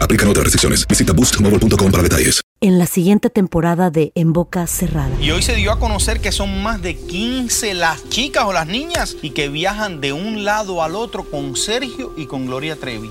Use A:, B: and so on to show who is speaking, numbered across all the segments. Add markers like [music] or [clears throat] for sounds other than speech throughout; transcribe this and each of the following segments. A: Aplican otras restricciones. Visita boostmobile.com para detalles.
B: en la siguiente temporada de En Boca Cerrada.
C: Y hoy se dio a conocer que son más de 15 las chicas o las niñas y que viajan de un lado al otro con Sergio y con Gloria Trevi.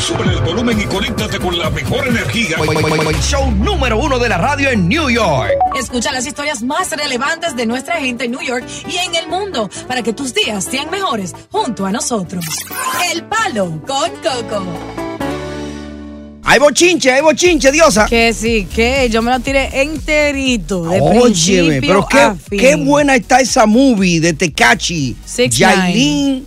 D: Sube el volumen y conéctate con la mejor energía.
E: Show número uno de la radio en New York.
F: Escucha las historias más relevantes de nuestra gente en New York y en el mundo para que tus días sean mejores junto a nosotros. El Palo con Coco.
E: Hay bochinche, hay bochinche, diosa.
G: Que sí, que yo me lo tiré enterito. De
E: Óyeme,
G: Oye,
E: pero qué, qué buena está esa movie de Tecachi,
G: Six
E: Yailin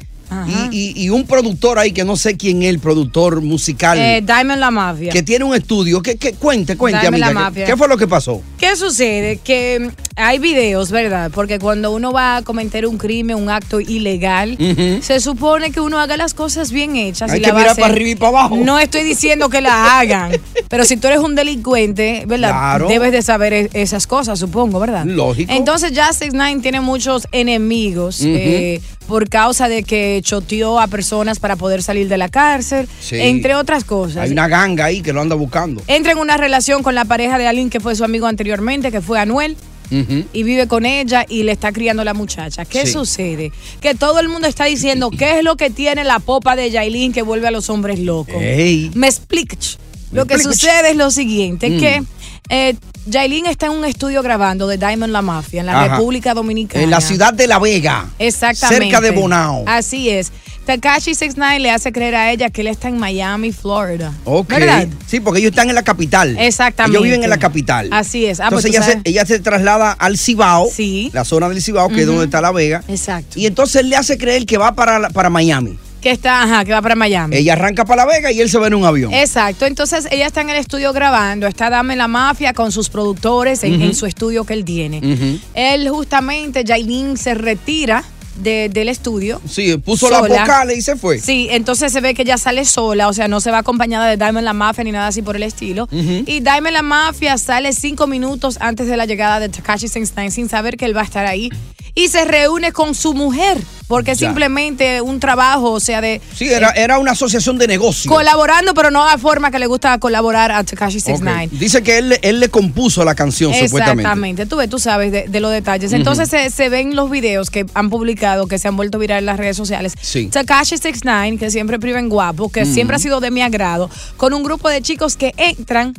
E: y, y- y un productor ahí que no sé quién es el productor musical
G: Eh, Diamond la Mafia.
E: que tiene un estudio. Que, que- cuente, cuente,
G: Dame la
E: amiga. ¿qué,
G: mafia.
E: qué fue lo que pasó?
G: ¿Qué sucede? Que mm, hay videos, ¿verdad? Porque cuando uno va a cometer un crimen, un acto ilegal,
E: Ujú.
G: se supone que uno haga las cosas bien hechas.
E: Hay
G: y
E: que
G: la va a
E: mirar
G: hacer.
E: para arriba y para abajo.
G: No estoy diciendo que la
E: [laughs]
G: hagan, pero si tú eres un delincuente, ¿verdad?
E: Claro.
G: Debes de saber e- esas cosas, supongo, ¿verdad?
E: Lógico.
G: Entonces ya 6ix9ine tiene muchos enemigos
E: Ujú.
G: eh, por causa de que choteó a personas para poder salir de la cárcel,
E: Sí.
G: entre otras cosas.
E: Hay una ganga ahí que lo anda buscando.
G: Entra en una relación con la pareja de alguien que fue su amigo anteriormente, que fue Anuel,
E: Ujú.
G: y vive con ella y le está criando la muchacha. ¿Qué
E: Sí.
G: sucede? Que todo el mundo está diciendo qué es lo que tiene la popa de Yailin que vuelve a los hombres locos.
E: Ey.
G: Me expliques.
E: Me
G: Lo que
E: expliques.
G: sucede es lo siguiente,
E: Mm.
G: que eh, Yailin está en un estudio grabando de Diamond La Mafia en la
E: Ajá.
G: República Dominicana.
E: En la ciudad de La Vega.
G: Exactamente.
E: Cerca de Bonao.
G: Así es. Takashi 69 le hace creer a ella que él está en Miami, Florida.
E: Ok.
G: ¿Verdad?
E: Sí, porque ellos están en la capital.
G: Exactamente.
E: Ellos viven en la capital.
G: Así es. Ah, pues
E: entonces
G: tú
E: ella se,
G: sabes.
E: ella se traslada al Cibao,
G: Sí.
E: la zona del Cibao, que es donde está La Vega.
G: Exacto.
E: Y entonces él le hace creer que va para, la- para Miami.
G: que está, ajá, que va para Miami. Eh.
E: Ella arranca para La Vega y él se va en un avión.
G: Exacto, entonces ella está en el estudio grabando, está Dame la Mafia con sus productores en, en su estudio que él tiene.
E: Ujú.
G: Él justamente, Jailin, se retira de- del estudio.
E: Sí, puso las
G: sola.
E: vocales y se fue.
G: Sí, entonces se ve que ella sale sola, o sea, no se va acompañada de Diamond La Mafia ni nada así por el estilo. Y Diamond La Mafia sale cinco minutos antes de la llegada de Takashi Sensei sin saber que él va a estar ahí. Y se reúne con su mujer, porque es
E: Ya.
G: simplemente un trabajo, o sea, de... eh,
E: Sí, era, era una asociación de negocios.
G: Colaborando, pero no a forma que le gusta colaborar a Takashi 69.
E: Ok. Dice que él, él le compuso la canción, supuestamente.
G: Exactamente, tú ves, tú sabes de, de los detalles. Entonces se, se ven los videos que han publicado, que se han vuelto viral en las redes sociales.
E: Sí.
G: Takashi 69, que siempre priven guapo, que siempre ha sido de mi agrado, con un grupo de chicos que entran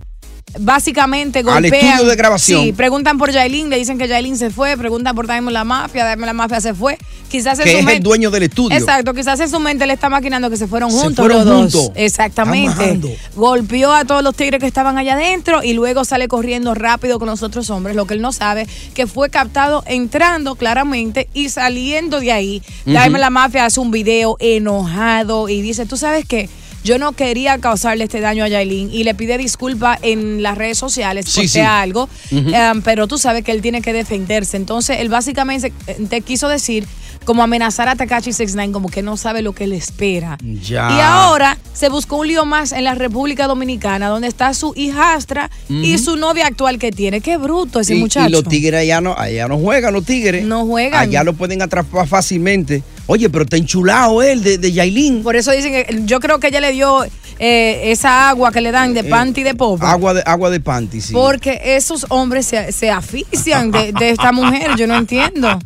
G: básicamente
E: Al
G: golpean.
E: estudio de grabación.
G: Sí, preguntan por Yailin, le dicen que Yailin se fue, preguntan por Diamond La Mafia, Diamond La Mafia se fue. Quizás en
E: que
G: su
E: es
G: men-
E: el dueño del estudio.
G: Exacto, quizás en su mente le está maquinando que se fueron
E: Se
G: juntos
E: fueron
G: los dos.
E: juntos.
G: Exactamente.
E: Están bajando.
G: Golpeó a todos los tigres que estaban allá adentro y luego sale corriendo rápido con los otros hombres, lo que él no sabe, que fue captado entrando claramente y saliendo de ahí.
H: Ujú.
G: Diamond La Mafia hace un video enojado y dice, ¿tú sabes qué? Yo no quería causarle este daño a Yailin y le pide disculpa en las redes sociales,
H: Sí,
G: postea
H: sí.
G: algo,
H: Ujú.
G: em, pero tú sabes que él tiene que defenderse. Entonces, él básicamente eh, te quiso decir como amenazar a Takashi 69 como que no sabe lo que le espera.
E: Ya.
G: Y [laughs] ahora se buscó un lío más en la República Dominicana, donde está su hijastra y
E: Ujú.
G: su novia actual que tiene. Qué bruto Pues ese
E: y,
G: muchacho.
E: y los tigres allá no, allá no juegan, los tigres.
G: No juegan.
E: Allá lo pueden atrapar fácilmente. Oye, pero está enchulado él de, de Yailin.
G: Por eso dicen que yo creo que ella le dio eh, esa agua que le dan de
E: Eh,
G: panty de popa.
E: Agua de, agua de panty, sí.
G: Porque esos hombres se, se asfixian de, de esta mujer, yo no entiendo.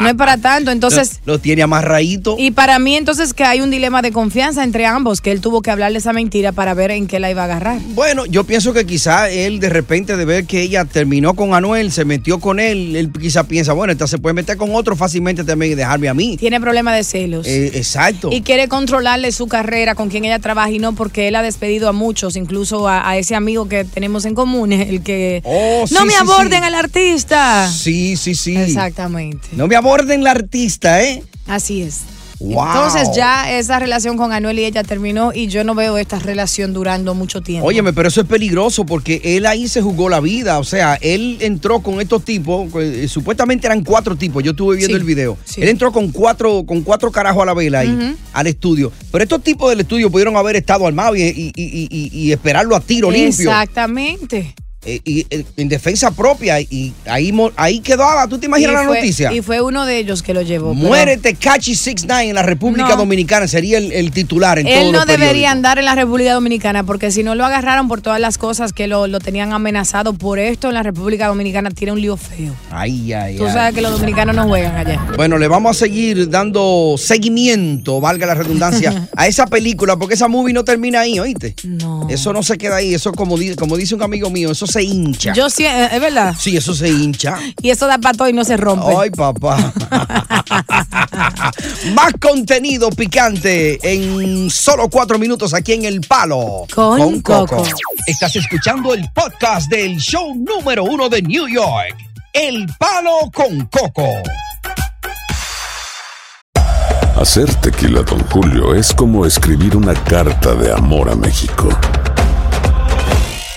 G: No es para tanto. Entonces,
E: [laughs] Lo, lo tiene amarradito.
G: Y para mí entonces que hay un dilema de confianza entre ambos, que él tuvo que hablarle esa mentira para ver en qué la iba a agarrar.
E: Bueno, yo pienso que quizá él de repente de ver que ella terminó con Anuel, se metió con él, él quizá piensa, bueno, esta se puede meter con otro fácilmente también y dejarme a mí.
G: Tiene problema de celos.
E: Eh, exacto.
G: Y quiere controlarle su carrera, con quien ella trabaja y no, porque él ha despedido a muchos, incluso a, a ese amigo que tenemos en común, [laughs] el que... no
E: Oh, sí,
G: me
E: sí,
G: aborden al artista.
E: Sí, sí, sí.
G: Exactamente.
E: No me aborden la artista, ¿eh?
G: Así es.
E: Wow.
G: Entonces ya esa relación con Anuel y ella terminó y yo no veo esta relación durando mucho tiempo.
E: Óyeme, pero eso es peligroso porque él ahí se jugó la vida. O sea, él entró con estos tipos, eh, supuestamente eran cuatro tipos, yo estuve viendo
G: Sí,
E: el video.
G: sí.
E: Él entró con cuatro, con cuatro carajos a la vela ahí,
G: Ujú.
E: al estudio. Pero estos tipos del estudio pudieron haber estado armados y, y- y- y- y esperarlo a tiro limpio.
G: Exactamente.
E: Eh, y, eh, en defensa propia. Y ahí, mo- ahí quedaba, ¿tú te imaginas
G: Y
E: la
G: fue-
E: noticia?
G: Y fue uno de ellos que lo llevó. pero-
E: Muérete Cachi 69 en la República
G: No.
E: Dominicana, sería el, el titular en todos
G: Él no
E: los
G: debería
E: periódicos.
G: andar en la República Dominicana porque si no lo agarraron por todas las cosas que lo, lo tenían amenazado por esto en la República Dominicana tiene un lío feo.
E: Ay, ay,
G: Tú
E: ay.
G: sabes que los dominicanos no juegan allá.
E: Bueno, le vamos a seguir dando seguimiento, valga
G: [laughs]
E: la redundancia, a esa película, porque esa movie no termina ahí, ¿oíste?
G: No.
E: Eso no se queda ahí, eso como, di- como dice un amigo mío, eso se hincha.
G: Yo sí, eh, es verdad.
E: Sí, eso se hincha.
G: Y eso da para todo y no se rompe. [laughs]
E: Ay, papá. Más contenido picante en solo cuatro minutos aquí en El Palo.
G: Con Coco.
E: Estás escuchando el podcast del show número uno de New York. El Palo con Coco.
I: Hacer tequila, Don Julio, es como escribir una carta de amor a México.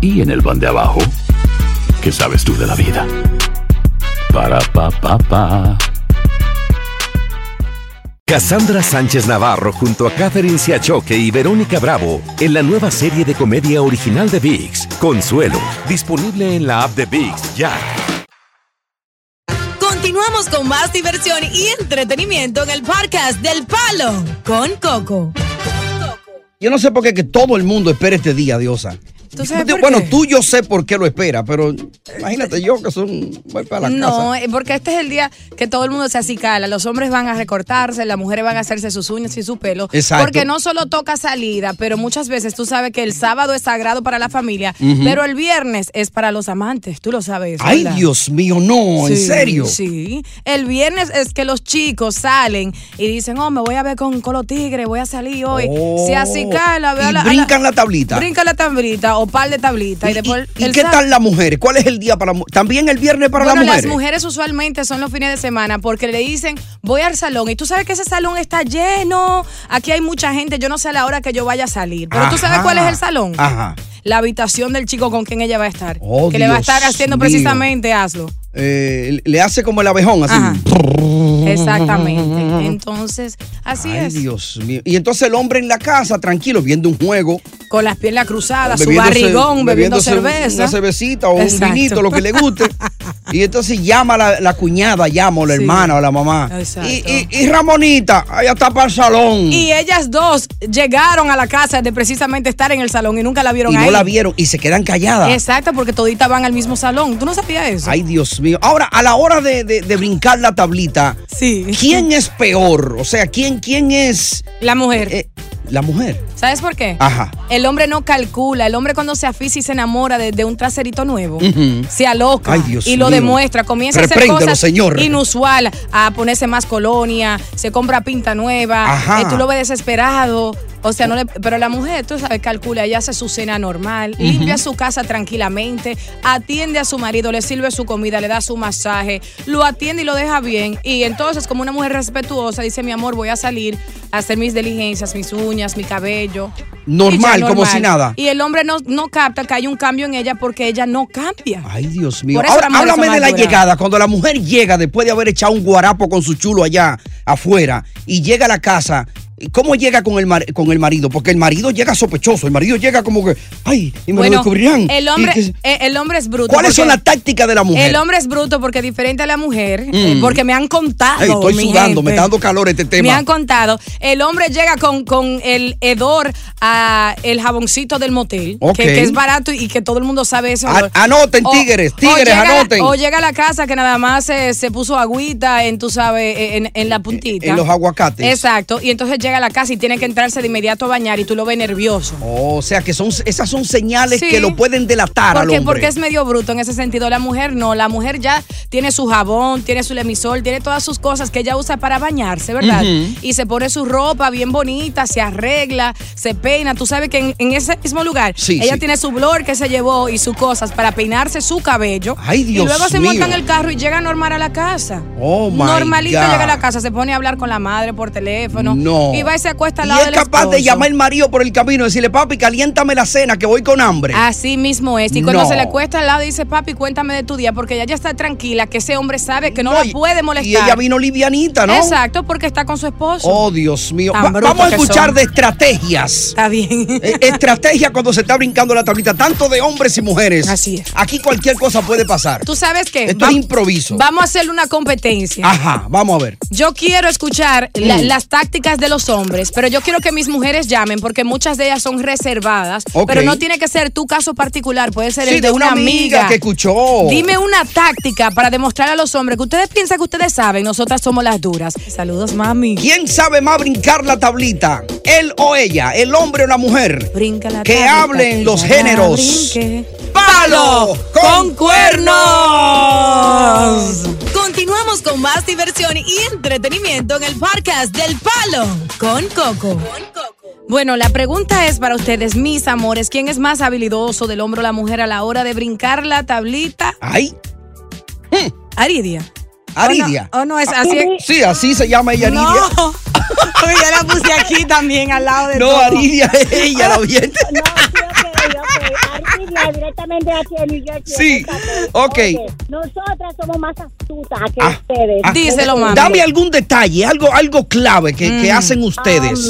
J: y en el pan de abajo, ¿qué sabes tú de la vida? Para, pa, pa, pa.
K: Cassandra Sánchez Navarro junto a Catherine Siachoque y Verónica Bravo en la nueva serie de comedia original de VIX, Consuelo, disponible en la app de VIX ya.
F: Continuamos con más diversión y entretenimiento en el podcast del Palo con Coco.
E: Yo no sé por qué que todo el mundo espera este día, Diosa.
G: ¿Tú sabes por
E: bueno,
G: qué?
E: tú yo sé por qué lo espera, pero imagínate yo que son voy para la
G: no,
E: casa.
G: eh, porque este es el día que todo el mundo se acicala. Los hombres van a recortarse, las mujeres van a hacerse sus uñas y su pelo.
H: Exacto.
G: Porque no solo toca salida, pero muchas veces tú sabes que el sábado es sagrado para la familia,
E: Ujú.
G: pero el viernes es para los amantes. Tú lo sabes.
E: Ay,
G: ¿verdad?
E: Dios mío, no, en
G: Sí,
E: serio.
G: Sí. El viernes es que los chicos salen y dicen, oh, me voy a ver con Colo Tigre, voy a salir hoy.
E: Oh,
G: se acicala, veo a
E: y
G: la- a la-
E: brincan la tablita.
G: Brincan la tablita o par de tablitas. Y, después
E: ¿Y
G: el
E: qué
G: sábado-
E: tal las mujeres? ¿Cuál es el día para las mu- También el viernes para
G: bueno,
E: las mujeres.
G: usualmente son los fines de semana porque le dicen, voy al salón y tú sabes que ese salón está lleno, aquí hay mucha gente, yo no sé a la hora que yo vaya a salir, pero tú sabes
E: Ajá.
G: cuál es el salón.
E: Ajá.
G: La habitación del chico con quien ella va a estar,
E: Oh,
G: que le va a
E: Dios
G: estar haciendo
E: mío.
G: precisamente hazlo.
E: eh, le hace como el abejón, así. [laughs]
G: Exactamente. Entonces, así
E: Ay,
G: es.
E: Dios mío. Y entonces el hombre en la casa, tranquilo, viendo un juego.
G: Con las piernas cruzadas, su
E: bebiéndose-
G: barrigón, bebiendo
E: bebiéndose
G: cerveza.
E: Una cervecita o
G: Exacto.
E: un vinito, lo que le guste. y entonces llama a la, la cuñada, llama o la
G: Sí.
E: hermana o la mamá.
G: Exacto.
E: Y, y- y Ramonita, allá está para el salón.
G: [laughs] Y ellas dos llegaron a la casa de precisamente estar en el salón y nunca la vieron
E: Y
G: ahí.
E: no la vieron y se quedan calladas.
G: Exacto, porque toditas van al mismo salón. ¿Tú no sabías eso?
E: Ay, Dios mío. Ahora, a la hora de, de- de brincar la tablita, ¿quién es peor? O sea, ¿quién, quién es? eh,
G: La mujer.
E: la mujer.
G: ¿Sabes por qué?
E: Ajá.
G: El hombre no calcula. El hombre cuando se aficia y se enamora de, de un traserito nuevo,
E: Ujú.
G: se aloca
E: Ay, Dios
G: y lo
E: mío.
G: demuestra. Comienza a hacer
E: Repréndelo,
G: cosas
E: señor.
G: inusual, a ponerse más colonia, se compra pinta nueva,
E: Ajá.
G: eh, tú lo ves desesperado. O sea, no le, pero la mujer, tú sabes, calcula, ella hace su cena normal,
H: Ujú.
G: limpia su casa tranquilamente, atiende a su marido, le sirve su comida, le da su masaje, lo atiende y lo deja bien. Y entonces, como una mujer respetuosa, dice, mi amor, voy a salir a hacer mis diligencias, mis uñas, mi cabello. Y ya
E: Normal, como
G: normal.
E: si nada.
G: Y el hombre no, no capta que hay un cambio en ella porque ella no cambia.
E: Ay, Dios mío.
G: Por eso
E: Ahora,
G: las mujeres
E: háblame
G: son
E: de la
G: más duras.
E: llegada. Cuando la mujer llega después de haber echado un guarapo con su chulo allá afuera y llega a la casa, ¿cómo llega con el, mar- con el marido? Porque el marido llega sospechoso. El marido llega como que, ay, y me lo descubrirán.
G: El
E: Y
G: hombre,
E: que-
G: eh, el hombre es bruto.
E: ¿Cuáles son
G: porque-
E: las tácticas de la mujer?
G: El hombre es bruto porque diferente a la mujer, eh,
E: Mm.
G: porque me han contado.
E: Ey, estoy
G: mi
E: sudando,
G: gente.
E: me está dando calor este tema.
G: Me han contado. El hombre llega con, con el hedor a el jaboncito del motel,
E: Ok.
G: que, que es barato y que todo el mundo sabe eso.
E: A- anoten, tigres, tigres, anoten.
G: O llega a la casa que nada más eh, se puso agüita en, tú sabes, e, en, en la puntita.
E: E, en los aguacates.
G: Exacto. Y entonces llega a la casa y tiene que entrarse de inmediato a bañar y tú lo ves nervioso.
E: O sea, que son, esas son señales
G: Sí.
E: que lo pueden delatar al
G: Porque,
E: hombre.
G: porque es medio bruto en ese sentido. La mujer no, la mujer ya tiene su jabón, tiene su lemisol, tiene todas sus cosas que ella usa para bañarse, ¿verdad?
H: Ujú.
G: Y se pone su ropa bien bonita, se arregla, se peina. Tú sabes que en, en ese mismo lugar
H: Sí,
G: ella
H: sí.
G: tiene su blor que se llevó y sus cosas para peinarse su cabello.
E: Ay, Dios
G: y luego se
E: mío.
G: monta en el carro y llega normal a la casa.
E: Oh, my
G: Normalito
E: God.
G: llega a la casa, se pone a hablar con la madre por teléfono.
E: No.
G: Y va y se acuesta al
E: Y
G: lado
E: es
G: del
E: capaz de
G: esposo.
E: llamar al marido por el camino y decirle, papi, caliéntame la cena que voy con hambre.
G: Así mismo es. Y cuando
E: No.
G: se le cuesta al lado, dice, papi, cuéntame de tu día, porque ella ya está tranquila, que ese hombre sabe que no, la puede molestar.
E: Y ella vino livianita, ¿no?
G: Exacto, porque está con su esposo.
E: Oh, Dios mío.
G: Tan
E: Va-
G: bruto
E: vamos a
G: que
E: escuchar
G: son.
E: de estrategias.
G: Está bien.
E: Estrategia cuando se está brincando la tablita, tanto de hombres y mujeres. Así es. Aquí cualquier cosa puede pasar.
G: ¿Tú sabes qué?
E: Esto es improviso.
G: Vamos a hacerle una competencia.
E: Ajá, vamos a ver.
G: Yo quiero escuchar la-
E: Mm.
G: las tácticas de los hombres, pero yo quiero que mis mujeres llamen porque muchas de ellas son reservadas.
E: Ok.
G: Pero no tiene que ser tu caso particular, puede ser
E: Sí,
G: el de, una, amiga.
E: que escuchó.
G: Dime una táctica para demostrar a los hombres que ustedes piensan que ustedes saben, nosotras somos las duras. Saludos, mami.
E: ¿Quién sabe más brincar la tablita? ¿Él o ella? ¿El hombre o la mujer?
G: Brinca la
E: Que
G: tablita,
E: hablen los
G: que la
E: géneros.
G: brinque.
E: ¡Palo con
G: cuernos! Continuamos con más diversión y entretenimiento en el podcast del Palo con Coco. Bueno, la pregunta es para ustedes, mis amores, ¿quién es más habilidoso del hombro a la mujer a la hora de brincar la tablita?
E: ¡Ay!
G: Aridia.
E: Aridia.
G: ¿O no, o no es
E: Ah,
G: así?
E: Sí, así se llama ella,
G: No.
E: Aridia.
G: Porque [laughs] yo la puse aquí también al lado de
E: No,
G: todo.
E: Aridia, ella,
G: [laughs]
E: la oyente.
L: Argelia, directamente de aquí de New Jersey.
E: Sí, ok.
L: Nosotras somos más astutas que ustedes.
E: Ah, Dame algún detalle, algo, algo clave que, que
G: Mm.
E: hacen ustedes.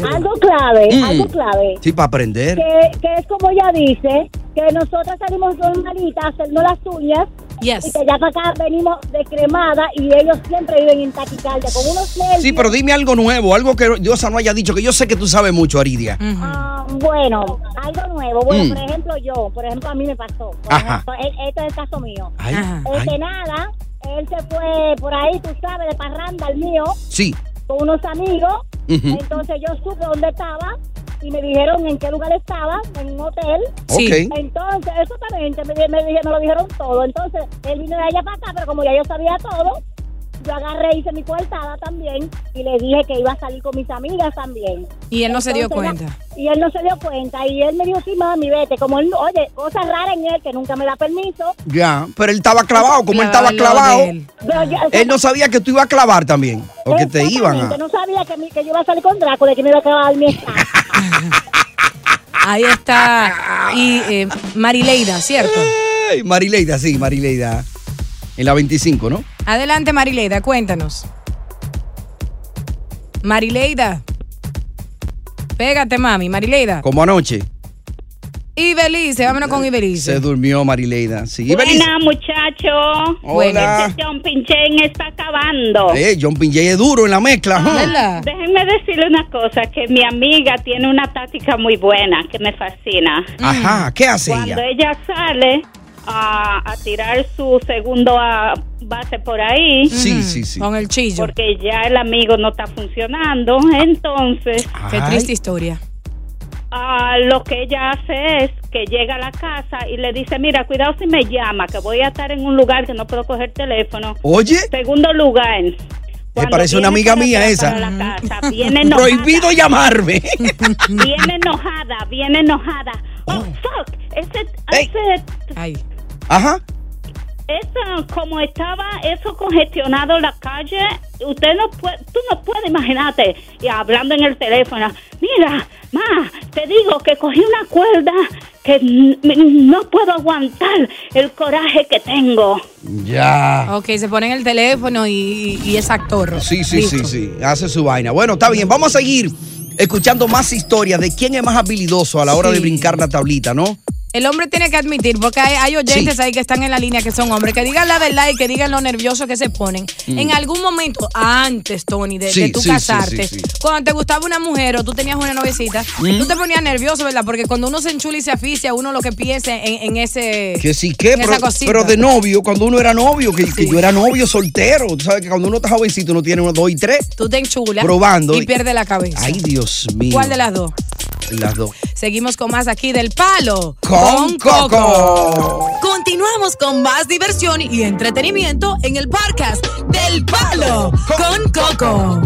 L: Um, Algo clave,
E: Mm.
L: algo clave.
E: Sí, para aprender.
L: Que, que es como ella dice, que nosotras salimos normalitas, hacernos las uñas.
G: Yes.
L: Y que ya para acá venimos de cremada y ellos siempre viven en taquicardia con unos nervios.
E: Sí, pero dime algo nuevo, algo que Diosa no haya dicho, que yo sé que tú sabes mucho, Aridia.
L: Ah, bueno, algo nuevo. Bueno,
E: Mm.
L: por ejemplo, yo, por ejemplo, a mí me pasó. Por
E: Ajá.
L: ejemplo, e- este es el caso mío.
E: Ay, Ajá.
L: Este, nada, él se fue por ahí, tú sabes, de parranda al mío,
E: Sí.
L: con unos amigos.
E: Ujú.
L: Entonces yo supe dónde estaba y me dijeron en qué lugar estaba, en un hotel.
E: Sí. Ok.
L: Entonces, exactamente, me, di- me, di- me lo dijeron todo. Entonces, él vino de allá para acá, pero como ya yo sabía todo, yo agarré, hice mi coartada también y le dije que iba a salir con mis amigas también.
G: Y él no se dio
L: Entonces,
G: cuenta.
L: Y él no se dio cuenta y él me dijo, sí, mami, vete. Como él, oye, cosa rara en él que nunca me da permiso.
E: Ya, pero él estaba clavado, como él estaba
L: Clavado al lado
E: clavado.
L: de él. Pero yo-
E: Él no sabía que tú ibas a clavar también, o que te iban
L: Exactamente,
E: a...
L: No sabía que, mi- que yo iba a salir con Drácula y que me iba a acabar mi estado.
G: Ahí está. Y eh, Marileida, ¿cierto?
E: Ay, Marileida, sí, Marileida. En la 25, ¿no?
G: Adelante, Marileida, cuéntanos. Marileida. Pégate, mami, Marileida.
E: Como anoche.
G: Y Belice, vámonos con Ibelice.
E: Eh, Se durmió Marileida. Sí, Ibelice.
H: Buena, muchacho.
E: Hola.
H: Este John Pinchain está acabando.
E: Eh, John Pinjay es duro en la mezcla. ajá.
H: Déjenme decirle una cosa, que mi amiga tiene una táctica muy buena que me fascina.
E: Ajá, ¿qué hace
H: Cuando
E: ella?
H: ella sale a, a tirar su segundo a- base por ahí.
E: Sí, sí, sí.
G: Mm, Con el chillo.
H: Porque ya el amigo no está funcionando. Entonces.
G: Qué triste historia.
H: Ah, lo que ella hace es que llega a la casa y le dice, mira, cuidado si me llama, que voy a estar en un lugar que no puedo coger teléfono.
E: Oye.
H: Segundo lugar.
E: Eh, parece una amiga mía esa.
H: La casa, viene enojada.
G: [laughs]
E: Prohibido llamarme.
H: Viene enojada, viene enojada. Oh, fuck. Ese, ese,
E: Ajá.
H: esa- como estaba eso congestionado la calle, usted no puede, tú no puedes imaginarte, y hablando en el teléfono, mira, ma, te digo que cogí una cuerda que n- no puedo aguantar el coraje que tengo.
E: Ya.
G: Ok, se ponen el teléfono y, y es actor.
E: Sí, sí, sí, sí. Hace su vaina. Bueno, está bien. Vamos a seguir escuchando más historias de quién es más habilidoso a la hora de
G: Sí.
E: brincar la tablita, ¿no?
G: El hombre tiene que admitir, porque hay, hay oyentes ahí que están en la línea que son hombres, que digan la verdad y que digan lo nervioso que se ponen.
E: Mm.
G: En algún momento, antes, Tony, de,
E: Sí,
G: de tú
E: sí, sí,
G: casarte,
E: sí, sí.
G: cuando te gustaba una mujer o tú tenías una novecita,
E: Mm.
G: tú te ponías nervioso, ¿verdad? Porque cuando uno se enchula y se aficia, uno lo que piensa en, en ese.
E: Que sí, que,
G: en
E: pero,
G: esa cosita.
E: pero de novio, cuando uno era novio, que, que yo era novio soltero. Tú sabes que cuando uno está jovencito, uno tiene uno, dos y tres.
G: Tú te enchulas
E: Probando.
G: y pierde la cabeza.
E: Ay, Dios mío.
G: ¿Cuál de las dos?
E: Las dos.
G: Seguimos con más aquí del palo.
E: Con Coco.
F: Continuamos con más diversión y entretenimiento en el podcast del Palo con Coco.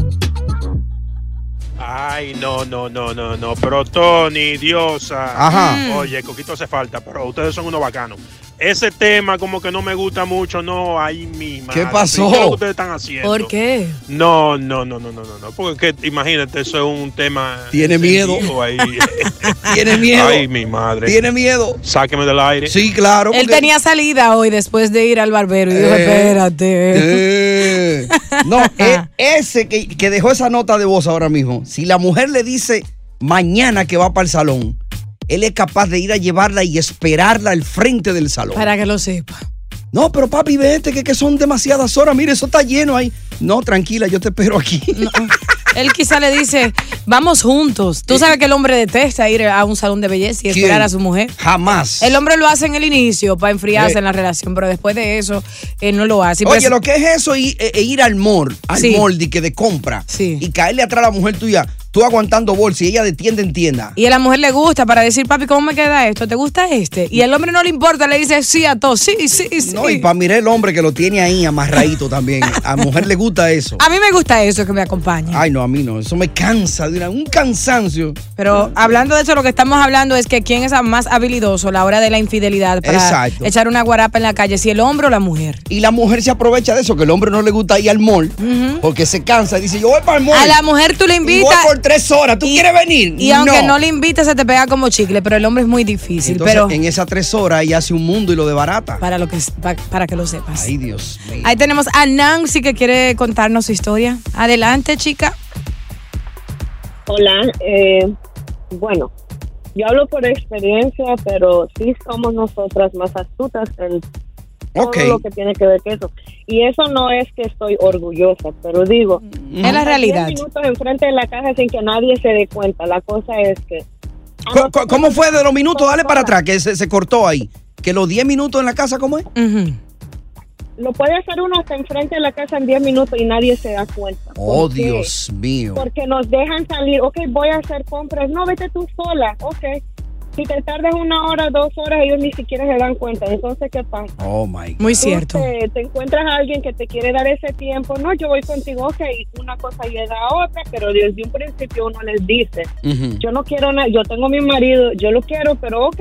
M: Ay, no, no, no, no, no. Pero Tony, diosa.
E: Ajá. Mm.
M: Oye, Coquito hace falta, pero ustedes son unos bacanos. Ese tema como que no me gusta mucho, no, ahí misma.
E: ¿Qué pasó?
M: ¿Qué es lo que ustedes están haciendo?
G: ¿Por qué?
M: No, no, no, no, no, no, no. Porque es que, imagínate, eso es un tema.
E: Tiene miedo.
M: sentido Ahí.
E: [laughs] Tiene miedo.
M: Ay, mi madre.
E: Tiene miedo.
M: Sáqueme del aire.
E: Sí, claro.
G: Él tenía salida hoy después de ir al barbero y dijo, espérate. [laughs]
E: Eh, no, e- ese que, que dejó esa nota de voz ahora mismo, si la mujer le dice mañana que va para el salón, él es capaz de ir a llevarla y esperarla al frente del salón.
G: Para que lo sepa.
E: No, pero papi, vete, que, que son demasiadas horas. Mire, eso está lleno ahí. No, tranquila, yo te espero aquí.
G: ah, Él quizá le dice, vamos juntos. Tú sabes que el hombre detesta ir a un salón de belleza y esperar
E: Eh. [laughs] ¿Quién?
G: a su mujer.
E: Jamás.
G: El hombre lo hace en el inicio para enfriarse
E: Eh.
G: en la relación, pero después de eso, él no lo hace. Y
E: Oye,
G: pues-
E: lo que es eso y- e, e ir al mall, al
G: Sí.
E: mall de que de compra, y caerle atrás a la mujer tuya, tú aguantando bolsa y ella de tienda en tienda.
G: Y a la mujer le gusta para decir, papi, ¿cómo me queda esto? ¿Te gusta este? Y al hombre no le importa, le dice sí a todo, sí, sí, sí.
E: No, y para mirar el hombre que lo tiene ahí amarradito también. A mujer le gusta eso.
G: A mí me gusta eso que me acompaña.
E: Ay, no, a mí no. Eso me cansa, de una- un cansancio.
G: Pero hablando de eso, lo que estamos hablando es que quién es más habilidoso a la hora de la infidelidad para
E: Exacto.
G: echar una guarapa en la calle, si el hombre o la mujer.
E: Y la mujer se aprovecha de eso, que el hombre no le gusta ir al mall, porque se cansa. Dice, yo voy para el mall.
G: A la mujer tú le
E: y voy
G: invitas.
E: por tres horas. ¿Tú quieres venir?
G: Y aunque no le invites, se te pega como chicle, pero el hombre es muy difícil.
E: Entonces,
G: pero
E: en esas tres horas ella hace un mundo y lo desbarata.
G: Para, lo que, para, que lo sepas.
E: Ay, Dios mío.
G: ahí tenemos a Nancy que quiere contarnos su historia. Adelante, chica.
N: Hola, eh, bueno, yo hablo por experiencia, pero sí somos nosotras más astutas en todo
O: Ok.
N: lo que tiene que ver con eso. Y eso no es que estoy orgullosa, pero digo,
O: Es la realidad.
N: 10 minutos enfrente de la caja sin que nadie se dé cuenta. La cosa es que
E: ¿Cómo, cómo- cómo fue de los minutos? Dale para atrás, que se, se cortó ahí. Que los 10 minutos en la casa, ¿cómo es?
N: lo puede hacer uno hasta enfrente de la casa en 10 minutos y nadie se da cuenta.
E: Oh,
N: ¿Por qué?
E: Dios mío.
N: Porque nos dejan salir, ok, voy a hacer compras, no, vete tú sola, ok. Si te tardas una hora, dos horas, ellos ni siquiera se dan cuenta. Entonces, ¿qué pasa?
E: Oh, my God.
N: Tú Te, te encuentras a alguien que te quiere dar ese tiempo, no, yo voy contigo, ok, una cosa llega a otra, pero desde un principio uno les dice,
P: Ujú.
N: yo no quiero nada, yo tengo mi marido, yo lo quiero, pero ok,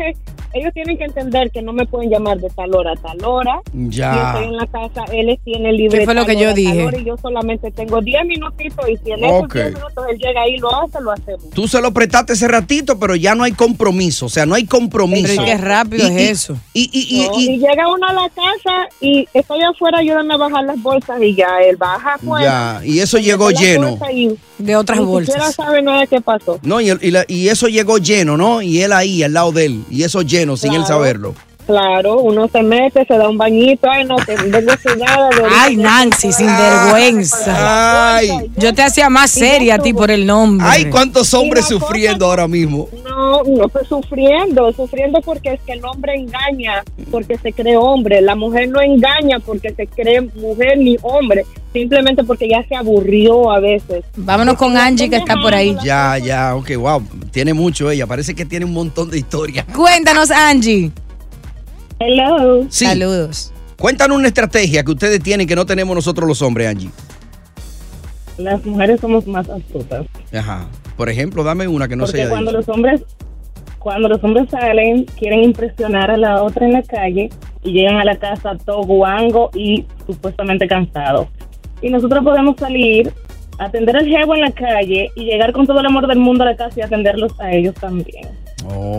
N: ellos tienen que entender que no me pueden llamar de tal hora a tal hora.
E: Ya.
N: Yo estoy en la casa, él les tiene libre.
G: ¿Qué fue lo
N: tal
G: que yo
N: hora, tal
G: dije?
N: hora, y yo solamente tengo 10 minutitos y si en esos
E: Ok.
N: 10 minutos él llega ahí, lo hace, lo hacemos.
E: Tú se lo prestaste ese ratito, pero ya no hay compromiso. O sea, no hay compromiso.
N: Pero, ¿y qué rápido es eso?
E: Y, y- y-
N: No,
E: y-
N: y llega uno a la casa y estoy afuera ayúdame a bajar las bolsas y ya él baja afuera.
E: ya, y eso llegó
N: Las
E: lleno.
N: bolsas y
G: de otras
N: ni
G: bolsas.
N: siquiera sabe nada qué pasó.
E: No, y, el- y la- y eso llegó lleno, ¿no? Y él ahí, al lado de él. Y eso lleno, sin él
N: Claro.
E: saberlo.
N: Claro, uno se mete, se da un bañito, ay no, que vengo sudada. de orina,
G: Ay, Nancy,
N: Ah,
G: sinvergüenza.
E: Ay.
G: Yo te hacía más seria a ti por el nombre.
E: Ay, cuántos hombres sufriendo ahora mismo.
N: No, no, pues sufriendo, sufriendo porque es que el hombre engaña, porque se cree hombre. La mujer no engaña porque se cree mujer ni hombre, simplemente porque ya se aburrió a veces.
G: Vámonos con Angie que está por ahí.
E: Ya, ya, ok, wow. Tiene mucho ella. Parece que tiene un montón de historias.
G: Cuéntanos, Angie.
N: Hello.
E: Sí.
G: Saludos.
E: Cuéntanos una estrategia que ustedes tienen que no tenemos nosotros los hombres, Angie.
Q: Las mujeres somos más astutas.
E: Ajá. Por ejemplo, dame una que no
Q: porque
E: sea
Q: cuando los hombres cuando los hombres salen, quieren impresionar a la otra en la calle y llegan a la casa todo guango y supuestamente cansados. Y nosotros podemos salir, atender al jevo en la calle y llegar con todo el amor del mundo a la casa y atenderlos a ellos también.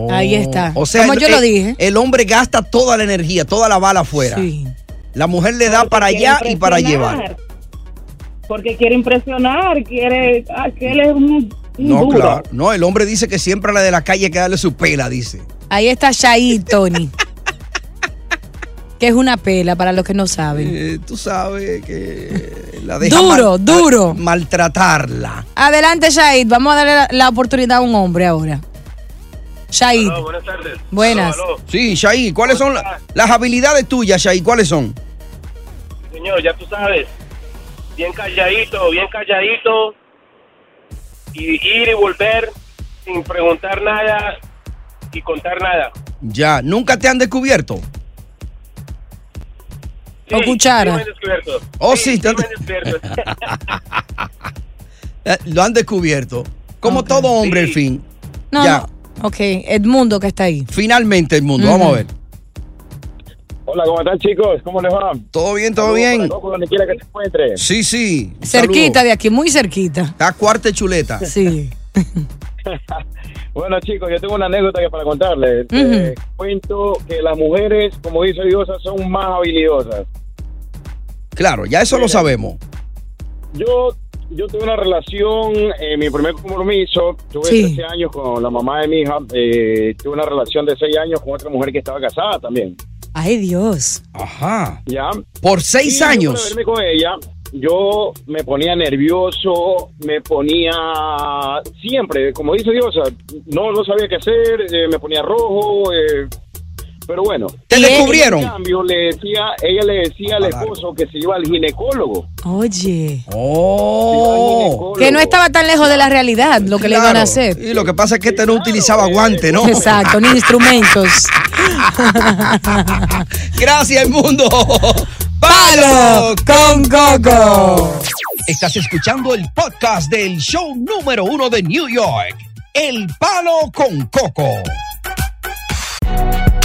G: Ahí está.
E: Oh. O sea,
G: Como
E: el-
G: yo lo
E: el-
G: dije.
E: El hombre gasta toda la energía, toda la bala afuera.
G: Sí.
E: La mujer le da para
Q: Quiere
E: allá y para
Q: impresionar.
E: llevar.
Q: Porque quiere impresionar, quiere... Ah, que él es un, un
E: No,
Q: duro.
E: claro. No, el hombre dice que siempre a la de la calle hay que darle su pela, dice.
G: Ahí está Shai Tony. que es una pela para los que no saben.
E: Eh, tú sabes que la deja
G: Duro, duro.
E: maltratarla.
G: Adelante, Shahid. Vamos a darle la, la oportunidad a un hombre ahora. Shahid.
R: buenas tardes.
G: Buenas.
E: Sí, Shai, ¿cuáles son la- las habilidades tuyas, Shai? ¿Cuáles son?
R: Señor, ya tú sabes. Bien calladito, bien calladito. Y ir y volver sin preguntar nada y contar nada.
E: Ya, ¿nunca te han descubierto?
R: Sí,
E: ¿O cuchara?
R: sí me han descubierto.
E: Oh, sí, te han-
R: me han descubierto.
E: Eh, [laughs] lo han descubierto. Como todo hombre, al fin.
G: No,
E: ya,
G: no. Ok, Edmundo que está ahí.
E: finalmente el mundo. Vamos a ver.
O: Hola, ¿cómo están chicos? ¿Cómo les va?
E: Todo bien, todo
R: bien.
O: donde quiera que te encuentres.
E: Sí, sí. un
G: Cerquita
E: saludo.
G: de aquí, muy cerquita.
E: Está cuarta y chuleta.
G: [laughs] Sí.
O: [laughs] Bueno, chicos, yo tengo una anécdota que para contarles.
E: Mm.
O: Eh, cuento que las mujeres, como dice Diosa, son más habilidosas.
E: Claro, ya eso lo sabemos.
O: Yo, yo tuve una relación, eh, mi primer compromiso, tuve
E: Sí.
O: 13 años con la mamá de mi hija, eh, tuve una relación de 6 años con otra mujer que estaba casada también.
G: Ay, Dios.
E: Ajá.
O: ¿Ya?
E: Por seis
O: Y yo
E: años.
O: para verme con ella, yo me ponía nervioso, me ponía siempre, como dice Diosa, no, no sabía qué hacer, eh, me ponía rojo, eh, pero bueno.
E: ¿Te descubrieron?
O: En cambio, le decía, ella le decía al esposo que se iba al ginecólogo.
G: Oye.
E: Oh.
G: Que no estaba tan lejos de la realidad lo que le iban a
E: Claro.
G: hacer.
E: Y lo que pasa es que este no utilizaba guante, ¿no?
G: Exacto, ni
E: [laughs]
G: instrumentos.
E: Gracias, el mundo. Palo con Coco. Estás escuchando el podcast del show número uno de New York. El Palo con Coco.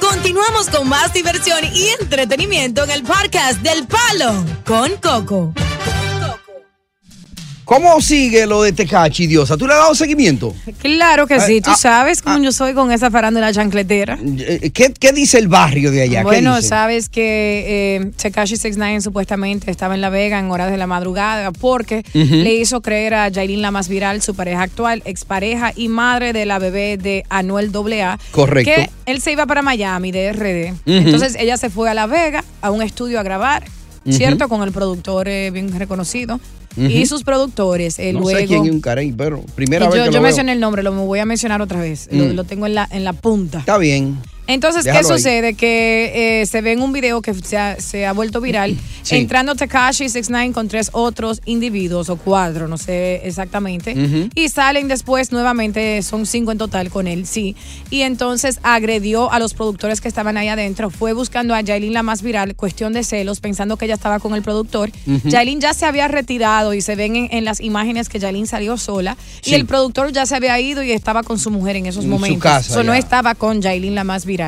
F: Continuamos con más diversión y entretenimiento en el podcast del Palo con Coco.
E: ¿Cómo sigue lo de Tecachi, Diosa? ¿Tú le has dado seguimiento? Eh,
G: Claro que sí, tú
E: ah,
G: sabes cómo yo soy con esa farándula chancletera.
E: Eh, ¿Qué, qué dice el barrio de allá? ¿Qué
G: Bueno,
E: dice?
G: sabes que eh, Tekashi 69 supuestamente estaba en La Vega en horas de la madrugada porque
E: Ujú.
G: le hizo creer a Jairín la más viral, su pareja actual, expareja y madre de la bebé de Anuel AA.
E: Correcto.
G: Que él se iba para Miami de RD.
E: Ujú.
G: Entonces ella se fue a La Vega a un estudio a grabar,
E: Ujú.
G: ¿cierto? Con el productor eh, bien reconocido.
E: Ujú.
G: Y sus productores, eh,
E: no
G: luego.
E: sé quién es un carey, pero primera
G: yo
E: vez que
G: yo
E: lo veo.
G: mencioné el nombre, lo voy a mencionar otra vez. Lo,
E: Mm.
G: lo tengo en la, en la punta.
E: Está bien.
G: Entonces,
E: Déjalo
G: ¿qué
E: ahí.
G: sucede? Que eh, se ve en un video que se ha, se ha vuelto viral,
E: [clears throat] Sí.
G: entrando Takashi 69 con tres otros individuos o cuatro, no sé exactamente,
S: Ujú.
G: y salen después nuevamente, son cinco en total con él, sí. Y entonces agredió a los productores que estaban ahí adentro, fue buscando a Yailin la más viral, cuestión de celos, pensando que ella estaba con el productor.
S: Ujú.
G: Yailin ya se había retirado y se ven en, en las imágenes que Yailin salió sola,
S: Sí.
G: y el productor ya se había ido y estaba con su mujer en esos
S: En su
G: momentos.
S: casa
G: So, no
S: ya.
G: estaba con Yailin la más viral.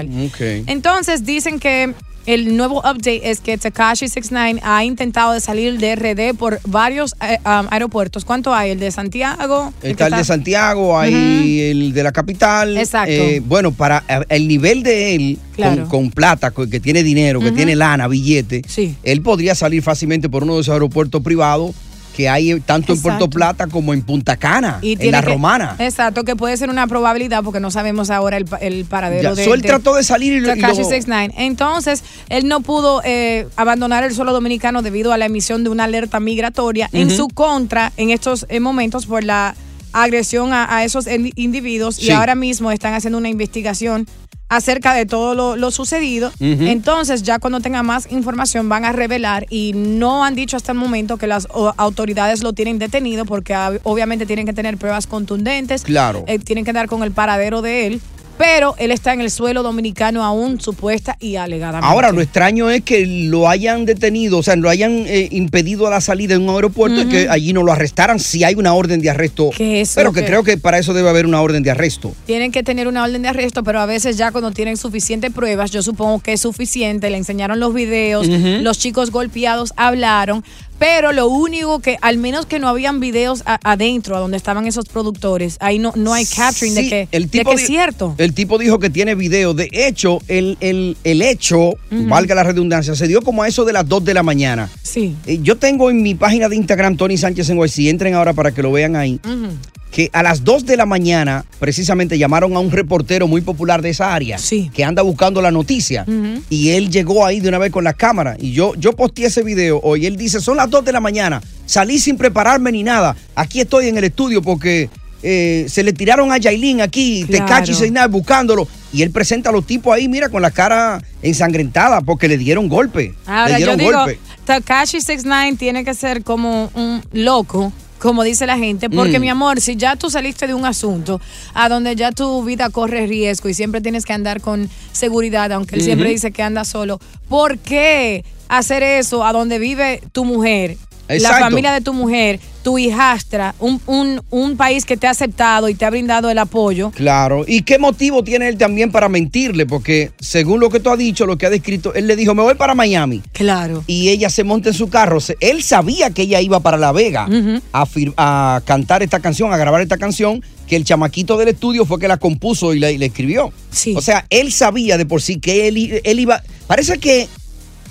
G: Entonces dicen que el nuevo update es que Takashi 69 ha intentado de salir de RD por varios eh, um, aeropuertos. ¿Cuánto hay? El de Santiago. que
E: Está el de
G: está-
E: Santiago, hay el de la capital.
G: Exacto.
E: Eh, bueno, para eh, el nivel de él,
G: Claro.
E: con, con plata, con- que tiene dinero, que
G: Ujú.
E: tiene lana, billete, él podría salir fácilmente por uno de esos aeropuertos privados que hay eh, tanto en Puerto
G: Exacto.
E: Plata como en Punta Cana,
G: Y
E: en
G: tiene
E: La
G: que-
E: Romana.
G: Exacto, que puede ser una probabilidad porque no sabemos ahora el, pa- el paradero
E: Ya,
G: de.
E: so él trató de salir y lo- y
G: Tekashi
E: lo-
G: 69. Entonces, él no pudo eh, abandonar el suelo dominicano debido a la emisión de una alerta migratoria en
S: Ujú.
G: su contra en estos eh, momentos por la agresión a, a esos en- individuos y
S: Sí.
G: ahora mismo están haciendo una investigación acerca de todo lo, lo sucedido.
S: Ujú.
G: Entonces, ya cuando tengan más información van a revelar y no han dicho hasta el momento que las o, autoridades lo tienen detenido porque ah, obviamente tienen que tener pruebas contundentes.
S: Claro.
G: Eh, tienen que dar con el paradero de él. Pero él está en el suelo dominicano aún, supuesta y alegadamente.
E: Ahora, lo extraño es que lo hayan detenido, o sea, lo hayan eh, impedido a la salida de un aeropuerto y
G: Ujú.
E: que allí no lo arrestaran si hay una orden de arresto.
G: eso
E: pero que,
G: que-
E: creo que para eso debe haber una orden de arresto.
G: Tienen que tener una orden de arresto, pero a veces ya cuando tienen suficientes pruebas, yo supongo que es suficiente, le enseñaron los videos,
S: Ujú.
G: los chicos golpeados hablaron, pero lo único que, al menos que no habían videos a- adentro, a donde estaban esos productores, ahí no, no hay capturing
E: Sí,
G: de que,
E: el
G: de
E: tipo
G: que
E: di-
G: es cierto.
E: El tipo dijo que tiene video. De hecho, el, el- el hecho, valga la redundancia, se dio como a eso de las 2 de la mañana. Eh,
G: Sí.
E: yo tengo en mi página de Instagram Tony Sánchez en YC, entren ahora para que lo vean ahí, que a las 2 de la mañana precisamente llamaron a un reportero muy popular de esa área que anda buscando la noticia.
S: Ujú.
E: Y él llegó ahí de una vez con la cámara. Y yo, yo posteé ese video hoy. Él dice, son las 2 de la mañana. Salí sin prepararme ni nada. Aquí estoy en el estudio porque eh, se le tiraron a Yailin aquí,
S: Claro.
E: Tecachi Seinal buscándolo. Y él presenta a los tipos ahí, mira, con la cara ensangrentada porque le dieron golpe. le
G: Ahora yo
E: dieron
G: digo,
E: golpe.
G: Takashi 69 tiene que ser como un loco, como dice la gente, porque
E: Mm.
G: mi amor, si ya tú saliste de un asunto a donde ya tu vida corre riesgo y siempre tienes que andar con seguridad, aunque él
S: Ujú.
G: siempre dice que anda solo, ¿por qué hacer eso a donde vive tu mujer? La
S: Exacto.
G: familia de tu mujer, tu hijastra, un, un- un país que te ha aceptado y te ha brindado el apoyo.
E: Claro. ¿Y qué motivo tiene él también para mentirle? Porque según lo que tú has dicho, lo que ha descrito, él le dijo, me voy para Miami.
G: Claro.
E: Y ella se monta en su carro. Se- Él sabía que ella iba para La Vega a, fir- a cantar esta canción, a grabar esta canción, que el chamaquito del estudio fue que la compuso y la, y la escribió. O sea, él sabía de por sí que él, i- él iba... Parece que...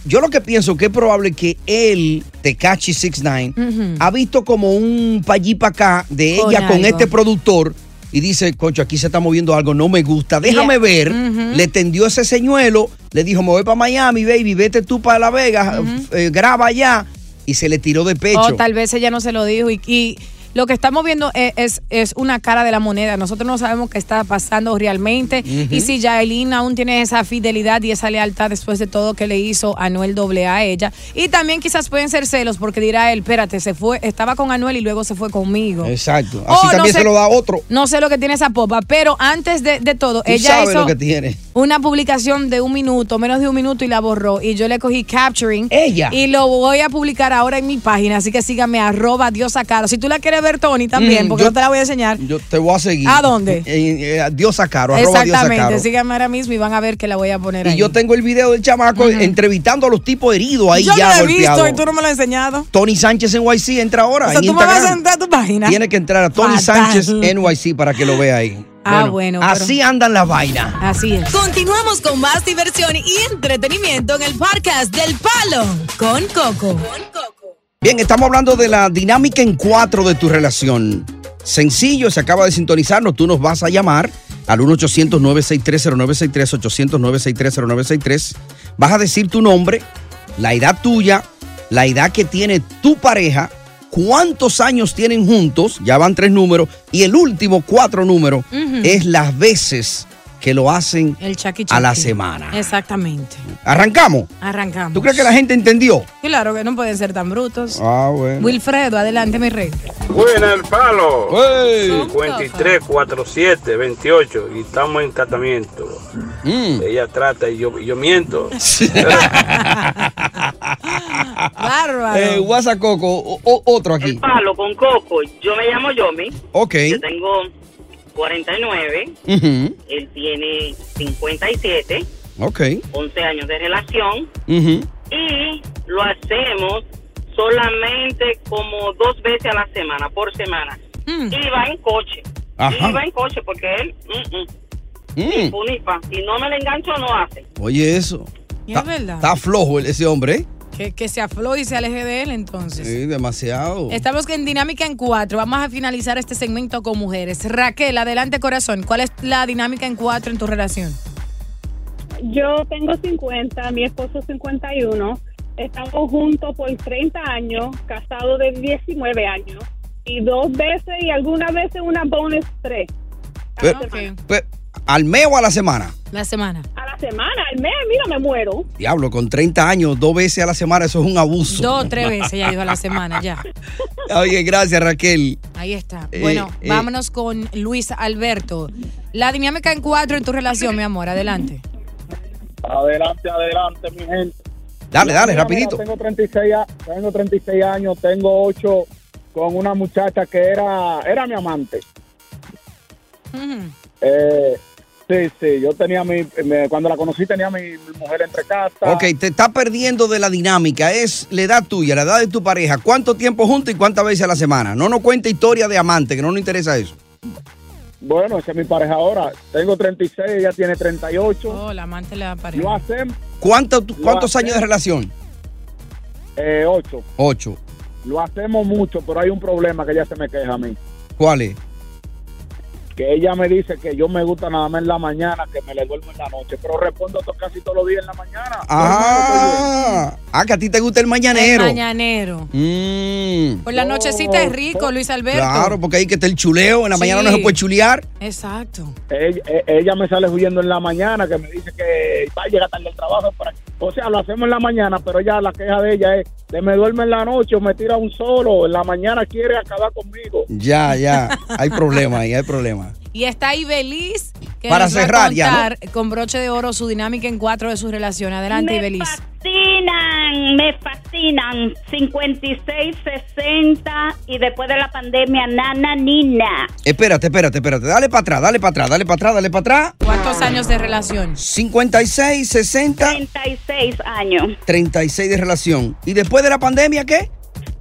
E: Yo lo que pienso que es probable que él, Tekachi 69,
S: Ujú.
E: ha visto como un payí pa' acá de
S: Con
E: ella con
S: algo.
E: este productor y dice, concho, aquí se está moviendo algo, no me gusta, déjame
S: Yeah.
E: ver.
S: Ujú.
E: Le tendió ese señuelo, le dijo, me voy para Miami, baby, vete tú para La Vega, eh, graba allá. Y se le tiró de pecho.
G: O Oh, tal vez ella no se lo dijo y, y lo que estamos viendo es, es, es una cara de la moneda. Nosotros no sabemos qué está pasando realmente
S: Ujú.
G: y si Yaelin aún tiene esa fidelidad y esa lealtad después de todo que le hizo Anuel doble a ella. Y también quizás pueden ser celos porque dirá él, espérate, se fue, estaba con Anuel y luego se fue conmigo.
E: Exacto.
G: Oh,
E: Así
G: no
E: también
G: sé-
E: se lo da a otro.
G: No sé lo que tiene esa popa, pero antes de, de todo,
E: Tú
G: ella
E: sabes
G: hizo-
E: lo que tiene.
G: una publicación de un minuto, menos de un minuto y la borró. Y yo le cogí capturing.
E: Ella.
G: Y lo voy a publicar ahora en mi página. Así que síganme, arroba Dios Caro. Si tú la quieres ver, Tony, también,
E: Mm,
G: porque
E: yo-
G: no te la voy a enseñar.
E: Yo te voy a seguir.
G: ¿A dónde?
E: Eh, eh, a Dios Acaro, arroba Dios
G: Exactamente,
E: Acaro.
G: síganme ahora mismo y van a ver que la voy a poner
E: Y
G: ahí.
E: yo tengo el video del chamaco entrevistando a los tipos heridos ahí
G: Yo
E: ya
G: no la he
E: golpeado.
G: visto y tú no me lo has enseñado.
E: Tony Sánchez NYC entra ahora.
G: O sea,
E: en
G: tú me vas a
E: Instagram.
G: entrar a tu página.
E: Tiene que entrar a Tony
G: Fatal.
E: Sánchez NYC para que lo vea ahí.
G: Ah, bueno, pero-
E: Así andan las vainas.
G: Así es. Continuamos con más diversión y entretenimiento en el podcast del Palo con Coco.
E: Bien, estamos hablando de la dinámica en cuatro de tu relación. Sencillo, se acaba de sintonizarnos, tú nos vas a llamar al 1-800-963-0963, 800-963-0963. Vas a decir tu nombre, la edad tuya, la edad que tiene tu pareja, cuántos años tienen juntos, ya van tres números, y el último cuatro números
G: Ujú.
E: es las veces que lo hacen
G: El Chucky
E: a la
G: Chucky.
E: semana.
G: Exactamente.
E: ¿Arrancamos?
G: Arrancamos.
E: ¿Tú crees que la gente entendió?
G: Claro que no pueden ser tan brutos.
E: Ah, bueno.
G: Wilfredo, adelante, mi rey.
O: Buena el palo.
E: ¡Ey!
O: 53, 47, 28. Y estamos en tratamiento.
E: Mm.
O: Ella trata y yo, y
E: [laughs]
O: yo miento.
G: Bárbaro.
E: Eh, WhatsApp Coco, o- o- otro aquí.
H: Palo con coco. Yo me llamo Yomi.
E: Ok.
H: Yo tengo 49.
E: Ujú,
H: Él tiene 57.
E: Ok.
H: 11 años de relación.
E: ujú.
H: Y lo hacemos solamente como dos veces a la semana, por semana.
G: Mm.
H: Y va en coche.
E: Ajá.
H: Y va en coche porque él. mm, mm,
E: Mm,
H: ni fu ni fa. Si no me le engancho, no hace.
E: Oye, eso.
G: Y es verdad.
E: Está flojo el- ese hombre, ¿eh?
G: Que, que se afloje y se aleje de él, entonces.
E: Sí, demasiado.
G: Estamos en dinámica en cuatro. Vamos a finalizar este segmento con mujeres. Raquel, adelante corazón. ¿Cuál es la dinámica en cuatro en tu relación?
N: Yo tengo 50, mi esposo 51. Estamos juntos por 30 años, casados de 19 años. Y dos veces y algunas veces una bonus tres
E: Pe- pe- al mes o a la semana.
G: La semana.
N: a la semana, al mes, mira, me muero.
E: Diablo, con 30 años, dos veces a la semana, eso es un abuso.
G: Dos, tres veces ya dijo a la semana, ya.
E: [laughs] Oye, gracias, Raquel.
G: Ahí está.
E: Eh,
G: Bueno,
E: eh.
G: vámonos con Luis Alberto. La dinámica en cuatro en tu relación, mi amor. Adelante.
T: Adelante, adelante, mi gente.
E: Dale, dale,
T: Mira,
E: rapidito.
T: mira, tengo, 36, a- tengo 36 años, tengo 8 con una muchacha que era, era mi amante. Eh, sí, sí, yo tenía mi, me- cuando la conocí tenía mi mujer entre casa.
E: Ok, te está perdiendo de la dinámica. Es la edad tuya, la edad de tu pareja. ¿Cuánto tiempo juntos y cuántas veces a la semana? No nos cuenta historia de amante, que no nos interesa eso.
T: Bueno, esa es mi pareja ahora. Tengo 36, ella tiene 38.
G: Oh, la amante la pareja.
T: Lo hacemos,
E: ¿Cuánto-
T: Lo
E: ¿Cuántos
T: hace-
E: años de relación?
T: eh, 8.
E: Ocho.
T: Lo hacemos mucho, pero hay un problema que ella se me queja a mí.
E: ¿Cuál es?
T: que ella me dice que yo me gusta nada más en la mañana, que me le duermo en la noche, pero respondo to- casi todos los días en la mañana.
E: Ah, ah, que a ti te gusta el mañanero.
G: El mañanero.
E: Mm.
G: Por la nochecita es rico, Luis Alberto.
E: Oh, Claro, porque ahí que está el chuleo. En la mañana no se
G: Sí.
E: puede chulear.
G: Exacto.
T: Ella, e- ella me sale huyendo en la mañana, que me dice que va a llegar tarde al trabajo. para- O sea, lo hacemos en la mañana, pero ya la queja de ella es, de me duerme en la noche o me tira un solo, en la mañana quiere acabar conmigo.
E: Ya, ya. Hay problema ahí, hay problema.
G: Y está ahí Belis, que
E: Para
G: nos va a
E: cerrar ya,
G: contar con broche de oro su dinámica en cuatro de su relación. Adelante,
H: Me
G: Ibelis.
H: fascinan, me fascinan. 56, 60 y después de la pandemia, nana, nina.
E: Espérate, espérate, espérate. Dale para atrás, dale para atrás, dale para atrás, dale para atrás.
G: ¿Cuántos años de relación?
E: 56, 60.
H: 36 años.
E: 36 de relación. ¿Y después de la pandemia qué?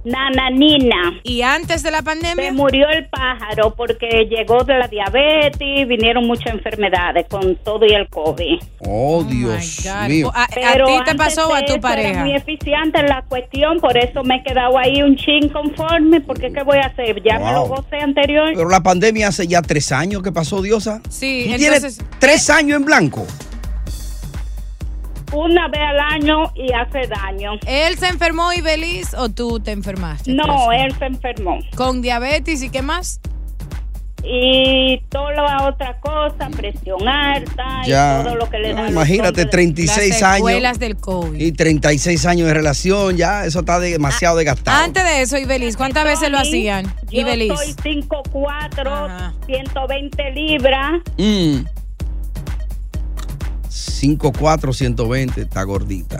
H: Nananina.
G: ¿Y antes de la pandemia?
H: Se murió el pájaro porque llegó de la diabetes, vinieron muchas enfermedades con todo y el COVID.
E: Oh, Dios mío.
G: Pues, A- a ti te
H: antes
G: pasó o a
H: de
G: tu
H: eso
G: pareja?
H: Era muy eficiente en la cuestión, por eso me he quedado ahí un chin conforme, porque ¿qué voy a hacer? Ya me lo
E: Wow.
H: gocé anterior.
E: Pero la pandemia hace ya tres años que pasó, Diosa.
G: Sí, eh,
E: ¿Tú
H: entonces-
E: tienes tres años en blanco.
H: Una vez al año y hace daño.
G: ¿Él se enfermó, Ibelis, o tú te enfermaste? Pues,
H: No, él se enfermó.
G: ¿Con diabetes y qué más?
H: Y toda la otra cosa, presión alta
E: Ya.
H: y todo lo que le
E: No,
H: da.
E: imagínate, 36
G: Las
E: años.
G: secuelas del COVID.
E: Y 36 años de relación, ya, eso está
G: Ah.
E: demasiado desgastado.
G: Antes de eso, Ibelis, ¿cuántas veces lo hacían?
H: Yo
G: Ibelis.
H: soy 5'4", 120 libras.
E: Mm. 54120, está gordita.